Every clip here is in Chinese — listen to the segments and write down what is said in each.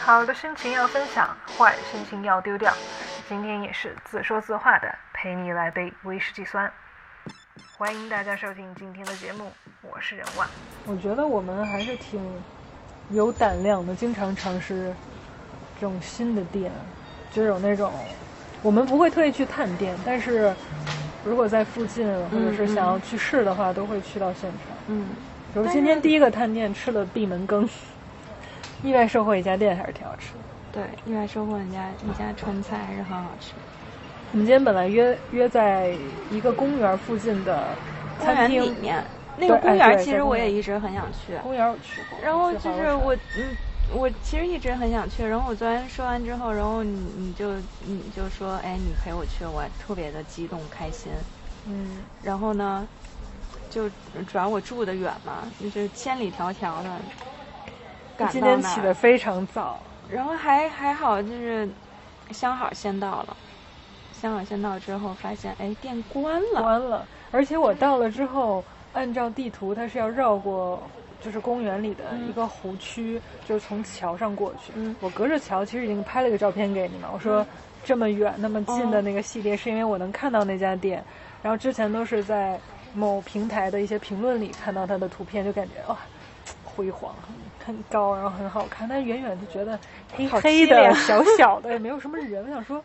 好的心情要分享，坏心情要丢掉。今天也是自说自话的，陪你来杯威士忌酸。欢迎大家收听今天的节目，我是人万。我觉得我们还是挺有胆量的，经常尝试这种新的店，就是有那种我们不会特意去探店，但是如果在附近或者是想要去试的话，都会去到现场。嗯，比如今天第一个探店吃了闭门羹，意外收获一家店还是挺好吃的。对，意外收获人家一家川菜还是很好吃。我们今天本来约约在一个嗯公园附近的公餐园厅里面，那个对公哎园对其在实公我也园一直很想去。公园我去过，然后就去是花果我山，嗯，我其实一直很想去。然后我昨天说完之后，然后你你就你就说，哎，你陪我去，我特别的激动开心。嗯，然后呢，就主要我住的远嘛，就是千里迢迢的赶到今天那起儿得非常早，然后还还好，就是相好先到了，相好先到之后发现，哎，店关了。关了。而且我到了之后，按照地图，它是要绕过，就是公园里的一个湖区，就是从桥上过去。嗯我隔着桥，其实已经拍了个照片给你嘛。我说、这么远那么近的那个系列，是因为我能看到那家店。然后之前都是在某平台的一些评论里看到它的图片，就感觉哇、辉煌，很很高，然后很好看。但是远远就觉得黑好黑凄的、凉 小小的，也没有什么人。我想说，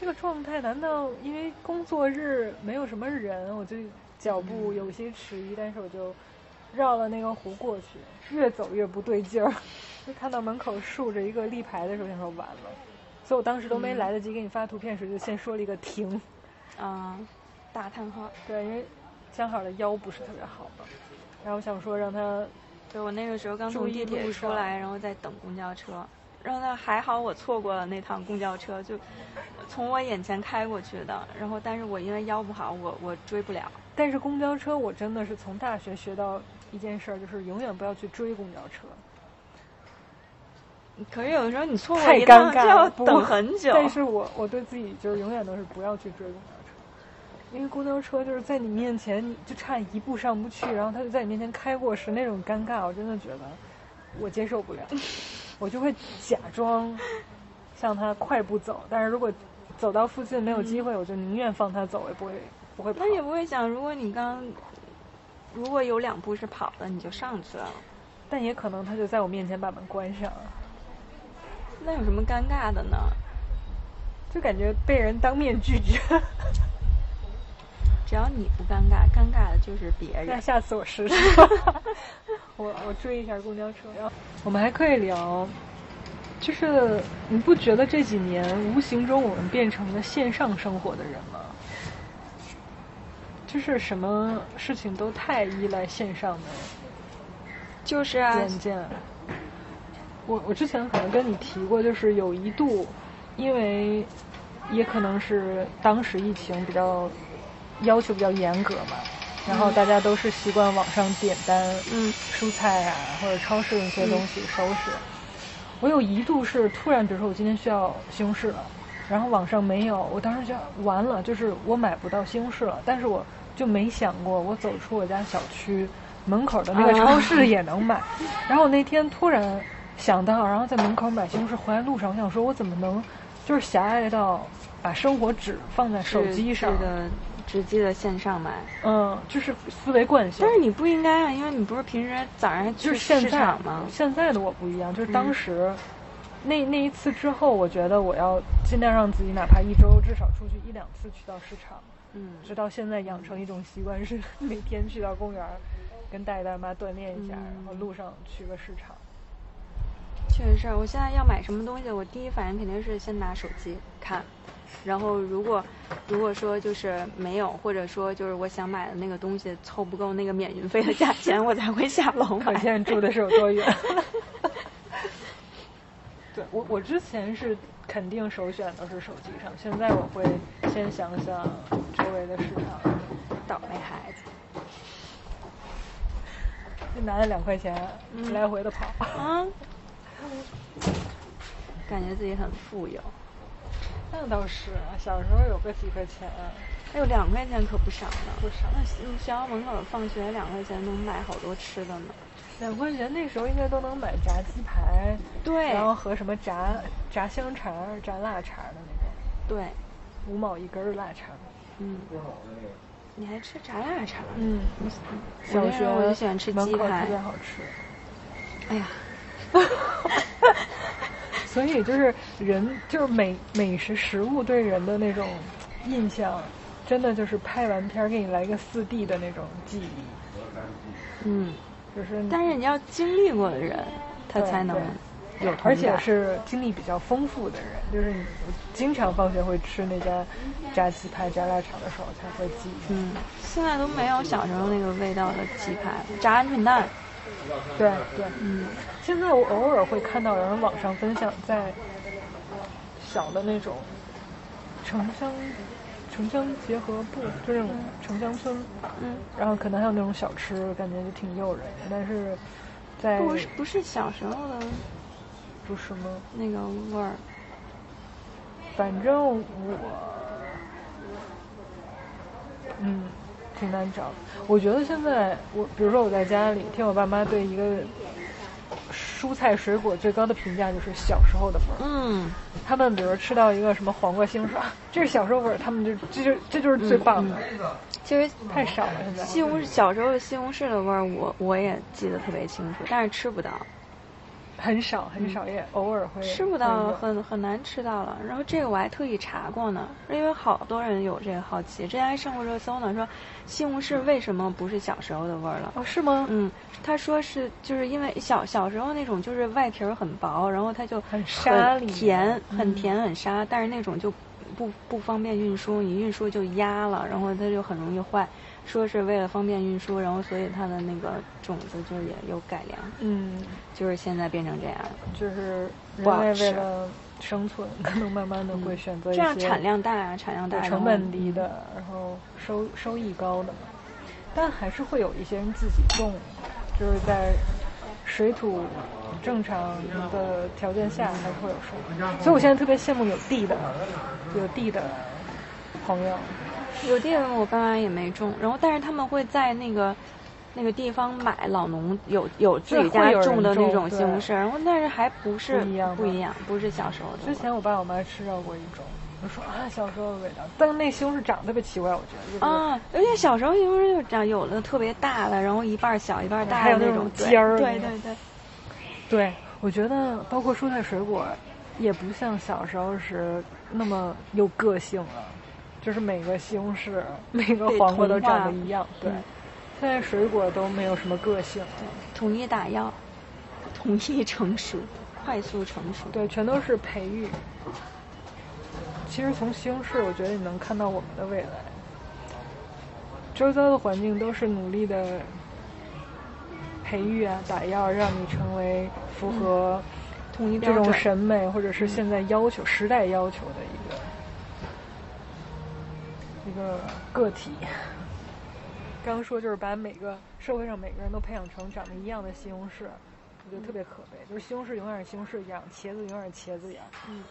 这个状态难道因为工作日没有什么人，我就脚步有些迟疑，但是我就绕了那个湖过去，越走越不对劲儿。 就看到门口竖着一个立牌的时候，想说完了，所以我当时都没来得及给你发图片时，就先说了一个停。啊、大叹号！对，因为江好的腰不是特别好嘛，然后我想说让他对我那个时候刚注从意地铁路出上来，然后在等公交车，然后呢还好我错过了那趟公交车，就从我眼前开过去的。然后但是我因为腰不好，我我追不了。但是公交车，我真的是从大学学到一件事儿，就是永远不要去追公交车，可是有的时候你错过太一尴趟就尬了，要不等很 久。但是我我对自己就是永远都是不要去追公交车，因为公交车就是在你面前，你就差一步上不去，然后它就在你面前开过时那种尴尬，我真的觉得我接受 不了，我就会假装向他快步走，但是如果走到附近没有机会，我就宁愿放他走，也不会不会跑嗯那。也不会想，如果你刚如果有两步是跑的，你就上去了，但也可能他就在我面前把门关上了。那有什么尴尬的呢？就感觉被人当面拒绝。只要你不尴尬，尴尬的就是别人。那下次我 试试，我我追一下公交车。然后我们还可以聊，就是你不觉得这几年无形中我们变成了线上生活的人吗？就是什么事情都太依赖线上的就是啊，软件。我我之前可能跟你提过，就是有一度，因为也可能是当时疫情比较要求比较严格嘛，然后大家都是习惯网上点单，嗯，蔬菜啊或者超市那些东西收拾。我有一度是突然，比如说我今天需要西红柿了，然后网上没有，我当时就完了，就是我买不到西红柿了，但是我就没想过我走出我家小区门口的那个啊超市也能买。然后我那天突然想到，然后在门口买西红柿，回来路上我想说，我怎么能就是狭隘到把生活只放在手机上？的，只记得线上买。嗯，就是思维惯性但。是你不应该啊，因为你不是平时早上还就去是现市在场吗？现在的我不一样，就是当嗯时、那那一次之后，我觉得我要尽量让自己哪怕一周至少出去一两次去到市场，嗯，直到现在养成一种习惯是 每天去到公园儿跟大爷大妈锻炼一下，然后嗯路上去个市场。确实是。我现在要买什么东西，我第一反应肯定是先拿手机看，然后如果如果说就是没有，或者说就是我想买的那个东西凑不够那个免运费的价钱，我才会下楼可买。见住的是有多远。 对我，我之前是肯定首选都是手机上，现在我会先想想周围的市场。倒霉孩子。就拿了两块钱，嗯来回的跑。啊，感觉自己很富有。那倒是啊，小时候有个几块钱，哎呦，两块钱可不少呢。不少那学学校门口放学两块钱能买好多吃的呢。两块钱那时候应该都能买炸鸡排，对然后和什么炸炸香肠、炸腊肠的那种，对，五毛一根儿腊肠。嗯，你还吃炸腊肠？啊嗯，我小那学时候我就喜欢吃门鸡口排特别。好吃。哎 呀，所以就是人就是美美食食物对人的那种印象，真的就是拍完片儿给你来个四 D 的那种记忆，嗯，就是但是你要经历过的人，他对才能对有同而且感是经历比较丰富的人，就是你我经常放学会吃那家炸鸡排、炸腊肠的时候才会记忆。嗯，现在都没有小时候那个味道的鸡排了，炸鹌鹑蛋。对对，嗯，现在我偶尔会看到有人网上分享在小的那种城乡城乡结合部，就那种城乡村，嗯，然后可能还有那种小吃，感觉就挺诱人的。但是在不是不是小时候的不是吗？那个味儿。反正我，嗯，挺难找。我觉得现在我，比如说我在家里听我爸妈对一个蔬菜水果最高的评价就是小时候的味儿。嗯，他们比如吃到一个什么黄瓜星，说啊， 这是小时候味儿，他们就这就这就是最棒的，嗯其实太少了现在。西红柿小时候的西红柿的味儿，我我也记得特别清楚，但是吃不到，很少很少，也偶尔会吃不会到嗯有很很难吃到了。然后这个我还特意查过呢，因为好多人有这个好奇，之前还上过热搜呢，说西红柿为什么不是小时候的味儿了？哦是吗？嗯，他说是就是因为小小时候那种就是外皮儿很薄，然后它就很沙里甜，嗯很甜很沙，但是那种就不不方便运输，你运输就压了，然后它就很容易坏。说是为了方便运输，然后所以它的那个种子就也有改良，嗯，就是现在变成这样，就是人不好类为吃了生存，可能慢慢的会选择这一样些产量大啊，产量嗯大，有成本低的，然后收收益高的嘛。但还是会有一些人自己种，就是在水土正常的条件下，还是会有收益。所以我现在特别羡慕有地的，有地的朋友。然后。有地方我爸妈也没种，然后但是他们会在那个。那个地方买老农有有自对己会家有人种的那种种西对红柿，然后但是还不是不一样不一吗样，不是小时候的味儿。之前我爸我妈吃到过一种，我说啊，小时候的味道，但那西红柿长得特别奇怪，我觉得就是。啊，而且小时候西红柿就长有的特别大的，然后一半儿小一半儿大还有的那种种对尖儿的对那对种对，对，我觉得包括蔬菜水果，也不像小时候时那么有个性了，就是每个西红柿、每个被黄瓜同都长化得一样。对嗯，现在水果都没有什么个性了，统一打药，统一成熟，快速成熟。对，全都是培育。其实从西红柿，我觉得你能看到我们的未来。周遭的环境都是努力的培育啊、打药，让你成为符合、统一这标种准。嗯审美，或者是现在要求、时代要求的一个一个个体。刚说就是把每个社会上每个人都培养成长得一样的西红柿，我觉得特别可悲。就是西红柿永远是西红柿样，茄子永远是茄子样。嗯，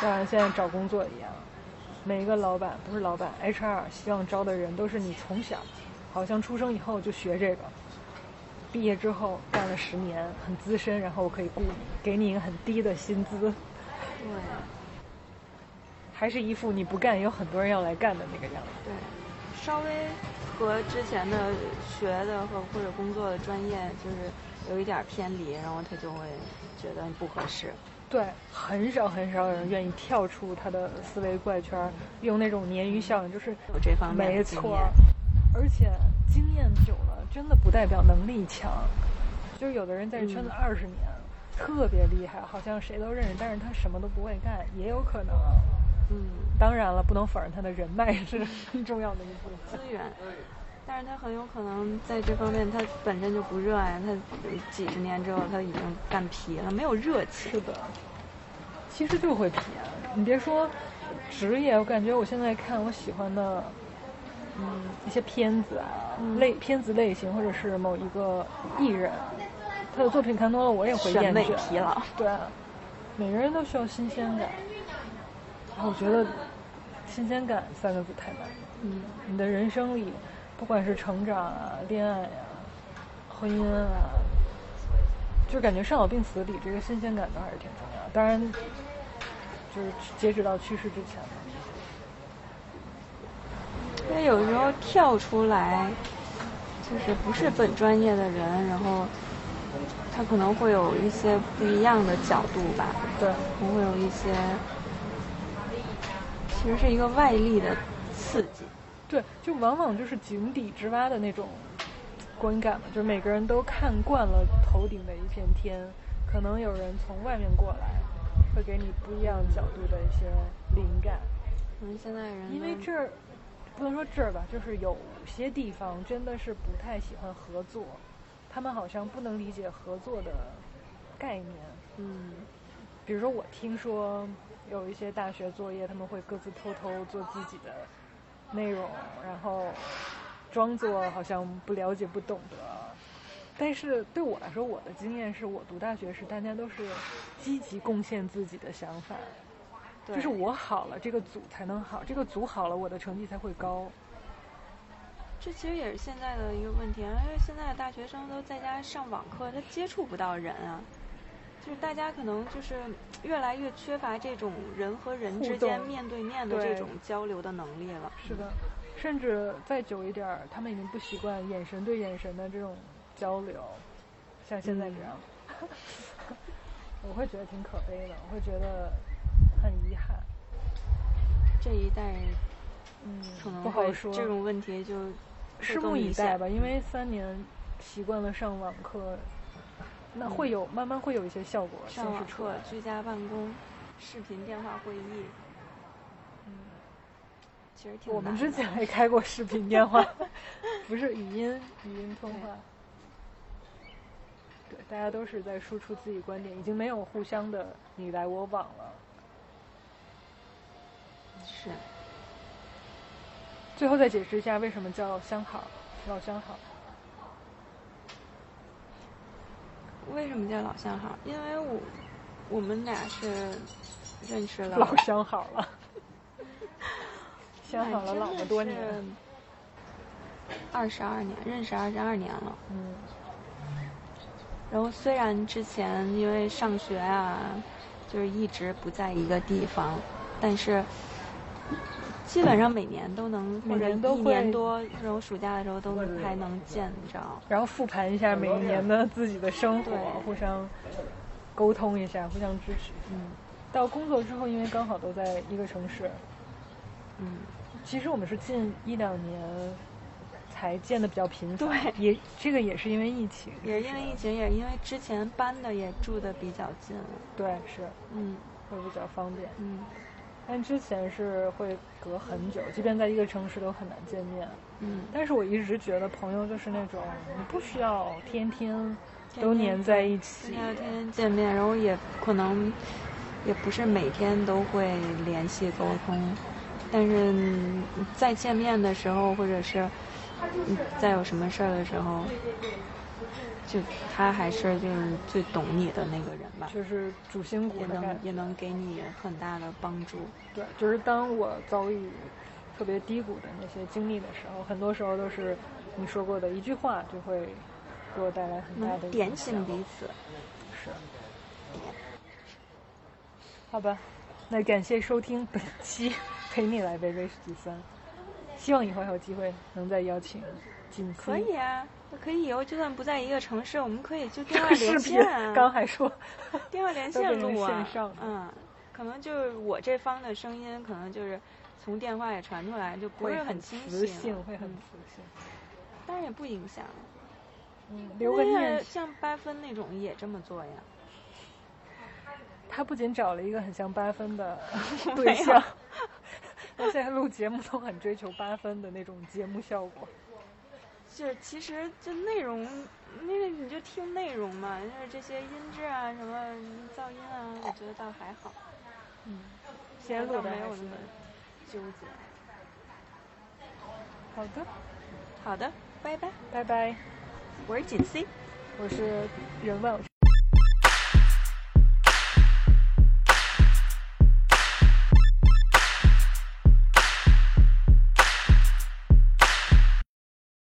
当然现在找工作一样，每一个老板不是老板，HR 希望招的人都是你从小好像出生以后就学这个，毕业之后干了十年，很资深，然后我可嗯以雇你，给你一个很低的薪资，对还是一副你不干有很多人要来干的那个样子。对，稍微和之前的学的和或者工作的专业就是有一点儿偏离，然后他就会觉得不合适。对，很少很少有人愿意跳出他的思维怪圈儿，用那种鲶鱼效应，就是有这方面没的经错验。，而且经验久了，真的不代表能力强。就是有的人在这圈子嗯二十年，特别厉害，好像谁都认识，但是他什么都不会干，也有可能。嗯。当然了，不能否认他的人脉是 很重要的一部分。资源，但是他很有可能在这方面他本身就不热爱，他几十年之后他已经干疲了，没有热情。是的，其实就是会皮啊。你别说职业，我感觉我现在看我喜欢的，嗯，一些片子啊，嗯类片子类型，或者是某一个艺人，他的作品看多了，我也会审厌美倦啊疲劳对啊，每个人都需要新鲜感。然后我觉得新鲜感三个字太难了。嗯你的人生里，不管是成长啊、恋爱啊、婚姻啊，就感觉生老病死里，这个新鲜感倒还是挺重要的。当然，就是截止到去世之前嘛。因为有时候跳出来，就是不是本专业的人，然后他可能会有一些不一样的角度吧，对，可能会有一些，其实是一个外力的刺激。对，就往往就是井底之蛙的那种观感嘛，就是每个人都看惯了头顶的一片天，可能有人从外面过来，会给你不一样角度的一些灵感。可能现在人因为们这儿不能说这儿吧，就是有些地方真的是不太喜欢合作，他们好像不能理解合作的概念。嗯比如说，我听说有一些大学作业，他们会各自偷偷做自己的内容，然后装作好像不了解、不懂得。但是对我来说，我的经验是我读大学时，大家都是积极贡献自己的想法，对就是我好了，这个组才能好，这个组好了，我的成绩才会高。这其实也是现在的一个问题啊，因为现在的大学生都在家上网课，他接触不到人啊，就是大家可能就是越来越缺乏这种人和人互之间动面对面的对这种交流的能力了。是的，甚至再久一点儿，他们已经不习惯眼神对眼神的这种交流，像现嗯在这样。 我会觉得挺可悲的，我会觉得很遗憾。这一代嗯可，能不会好说，这种问题就会拭更目以明待显吧，因为三年习惯了上网课，那会有、慢慢会有一些效果显嗯上示网出课来。、居家办公、视频电话会议，嗯其实挺我们难之的前还开过视频电话，不是语音语音通话。对，大家都是在输出自己观点，已经没有互相的你来我往了。是最后再解释一下为什么叫相好，老相好。为什么叫老相好？因为我我们俩是认识了老相好了，哎相好了老么多年，二十二年，认识二十二年了。嗯，然后虽然之前因为上学啊，就是一直不在一个地方，但是基本上每年都能，每或者年都一会年多，然后暑假的时候都能还能见着。然后复盘一下每一年的自己的生活对，互相沟通一下，互相支持。嗯到工作之后，因为刚好都在一个城市，嗯，其实我们是近一两年才见的比较频繁，对也这个也是因为疫情，也是因为疫情，也是因为之前搬的也住的比较近了。对是嗯会比较方便，嗯但之前是会隔很久，即便在一个城市都很难见面。嗯，但是我一直觉得朋友就是那种你不需要天天都黏在一起，天天见面，然后也可能也不是每天都会联系沟通，但是嗯在见面的时候，或者是嗯再有什么事儿的时候，就他还是就是最懂你的那个人吧，就是主心骨也的感能觉。也能给你很大的帮助。对，就是当我遭遇特别低谷的那些经历的时候，很多时候都是你说过的一句话就会给我带来很大的能点影响醒彼此，是。好吧，那感谢收听本 期《陪你来杯威士忌三》，希望以后还有机会能再邀请锦溪。可以啊，可以以后就算不在一个城市，我们可以 就电话这连视频线啊。刚还说，电话连都线变成录啊线上了，嗯，可能就是我这方的声音，可能就是从电话也传出来，就不会是很清晰磁了，性，会很嗯，磁性。但是也不影响。嗯，留个那念。像八分那种也这么做呀？他不仅找了一个很像八分 的没对有象， 他现在录节目都很追求八分的那种节目效果。就是其实就内容，那个你就听内容嘛，就是这些音质啊、什么噪音啊，我觉得倒还好，嗯，现在录倒的没还有那是么纠结。好的，好的，拜拜，拜拜。我是锦 C。我是任万。